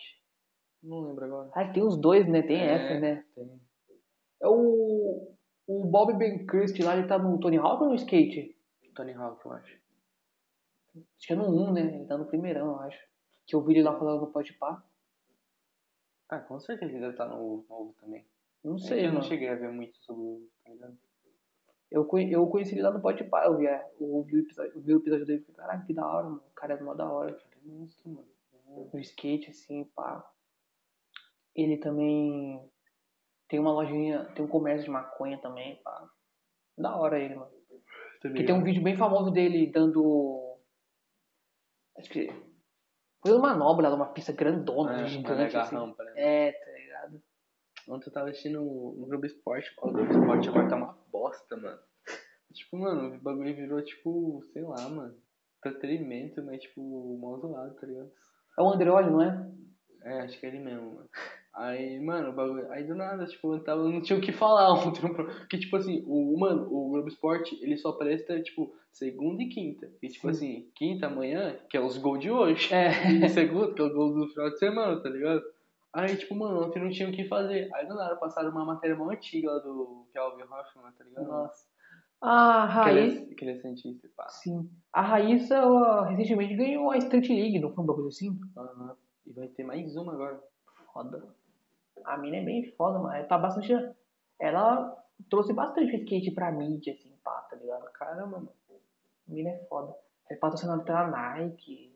Não lembro agora.
Ah, tem os dois, né? Tem
É.
essa, né?
Tem.
É o. O Bob Benkrist lá, ele tá no Tony Hawk ou no skate?
Tony Hawk, eu acho.
Acho que é no 1, né? Ele tá no primeirão, eu acho. Que eu vi ele lá falando no Pode Pá.
Ah, com certeza ele deve estar no novo também.
Não
É
sei,
que eu não
mano.
cheguei a ver muito sobre o. Tá ligado?
Eu, conhe- eu conheci ele lá no Pode Pá. Eu vi, é, eu vi o episódio, eu vi o episódio dele e falei, caraca, que da hora, mano. O cara é mó da hora.
Monstro, mano.
no skate, assim, pá. Ele também tem uma lojinha, tem um comércio de maconha também, pá. Da hora ele, mano. Porque tem um vídeo bem famoso dele dando. Acho que. Fazendo manobra lá, uma pista grandona,
é,
gigante, assim.
rampa, né?
É, tá ligado?
Ontem eu tava assistindo o Globo Esporte. O Globo Esporte agora tá uma bosta, mano. Tipo, mano, o bagulho virou, tipo, sei lá, mano. Entretenimento, mas, tipo, mal zoado, tá ligado?
É o Andreoli, não é?
É, acho que é ele mesmo, mano. Aí, mano, o bagulho. Aí do nada, tipo, eu tava, não tinha o que falar ontem. Porque, tipo assim, o, mano, o Globo Esporte, ele só presta, tipo, segunda e quinta. E, tipo assim, quinta, amanhã, que é os gols de hoje.
É.
E segundo, que é o gol do final de semana, tá ligado? Aí, tipo, mano, ontem não tinha o que fazer. Aí do nada passaram uma matéria mó antiga lá do Kelvin Hoffman, tá ligado?
Nossa. A
que,
Raíssa.
ele é, que ele é cientista, pá.
Sim. A Raíssa ela recentemente ganhou a Street League, não foi um bagulho assim?
Aham. E vai ter mais uma agora.
Foda. A mina é bem foda, mano. Ela tá bastante. Ela trouxe bastante skate pra mídia, assim, pá, tá ligado?
Caramba, mano.
A mina é foda. É patrocinada pela Nike.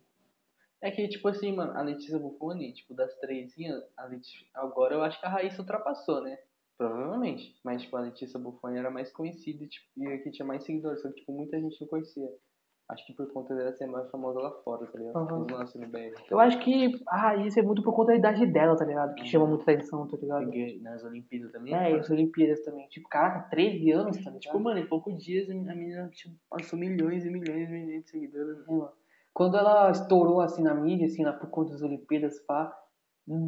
É que, tipo assim, mano, a Letícia Buffoni, tipo, das três, assim, a Leti- agora eu acho que a Raíssa ultrapassou, né? Provavelmente. Mas, tipo, a Letícia Bufone era mais conhecida e, tipo, e aqui tinha mais seguidores. Só que, tipo, muita gente não conhecia. Acho que por conta dela ser mais famosa lá fora, tá ligado?
Aham.
Os lances no BR.
Eu acho que ah, isso é muito por conta da idade dela, tá ligado? Que chama muita atenção, tá ligado?
Porque Nas Olimpíadas também. né?
É, e
mano.
as Olimpíadas também. Tipo, caraca, 13 anos, tá ligado?
Tipo, mano, em poucos dias a menina tipo, passou milhões e milhões e milhões de seguidores. né?
É, mano. Quando ela estourou assim na mídia, assim, lá por conta das Olimpíadas, pá,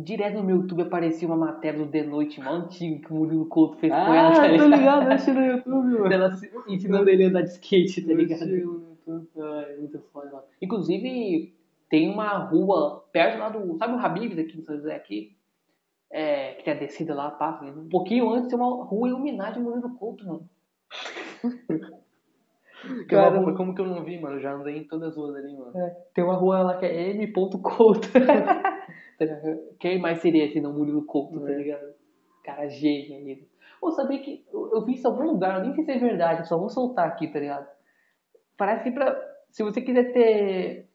direto no meu YouTube aparecia uma matéria do The Noite, mal antigo, que o Murilo Couto fez com ela, tá ligado?
Ah, Eu achei no YouTube,
Ela se- ensinando ele a andar de skate, tá
Eu
ligado?
achei
Ai, muito foda, mano. Inclusive, tem uma rua perto lá do. Sabe o Habib's aqui em São José aqui? É, que tem a descida lá, pá. Um pouquinho antes tem uma rua em homenagem ao Murilo Couto, mano.
Cara,
é
É.
Caramba.
mas como que eu não vi, mano? Eu Já andei em todas as ruas ali, mano.
Tem uma rua lá que é M. Couto. Tá ligado? Quem mais seria esse não Murilo Couto, tá
É.
ligado? Cara gênio ele. Ou sabia que eu, eu vi isso em algum lugar, eu nem sei se é verdade, eu só vou soltar aqui, tá ligado? Parece que pra, se você quiser ter.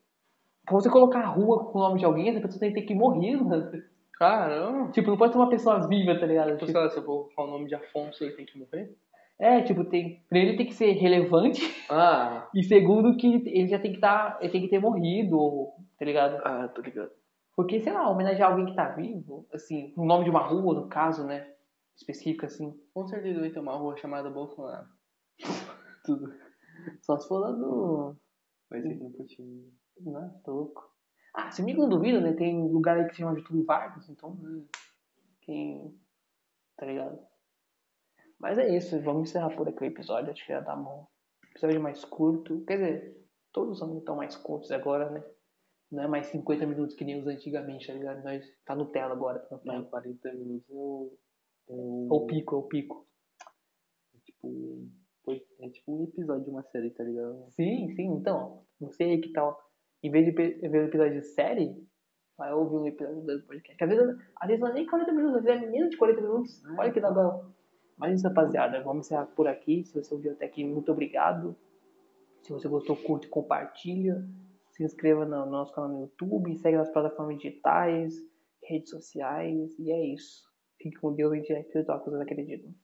Pra você colocar a rua com o nome de alguém, essa pessoa tem que ter que morrer, mano.
Caramba!
Tipo, não pode ser uma pessoa viva, tá ligado?
Tipo,
Tipo,
sei lá, se eu colocar o nome de Afonso, ele tem que morrer?
é, tipo, tem. Primeiro tem que ser relevante,
Ah,
e segundo que ele já tem que estar. ele tem que ter morrido, ou, tá ligado?
ah, tô ligado.
Porque, sei lá, homenagear alguém que tá vivo, assim, o nome de uma rua, no caso, né? Específica, assim.
Com certeza vai ter uma rua chamada Bolsonaro.
Tudo. Só se for lá do.
Vai ser no Putin.
Né? Tá louco. Ah, se me não duvida, né? Tem lugar aí que se chama Getúlio Vargas, então. Quem. Tá ligado? Mas é isso, vamos encerrar por aqui o episódio, acho que já tá bom. Episódio mais curto. Quer dizer, todos os anos estão mais curtos agora, né? Não é mais 50 minutos que nem os antigamente, tá ligado? Nós tá Nutella agora, tá
Mas
Nutella.
em 40 minutos eu. eu
Ou pico, ou pico.
tipo, foi- é tipo um episódio de uma série, tá ligado?
Sim, sim, então. Você aí que tal. Em vez de pe- ver um episódio de série, vai ouvir um episódio do podcast. Às vezes, às vezes não é nem 40 minutos, às vezes é menos de 40 minutos. Olha que da bom. Mas é isso, rapaziada. Vamos encerrar por aqui. Se você ouviu até aqui, muito obrigado. Se você gostou, curte, compartilha. Se inscreva no nosso canal no YouTube. Segue nas plataformas digitais, redes sociais. E é isso. Fique com Deus, a gente é espiritual, que vocês acreditam.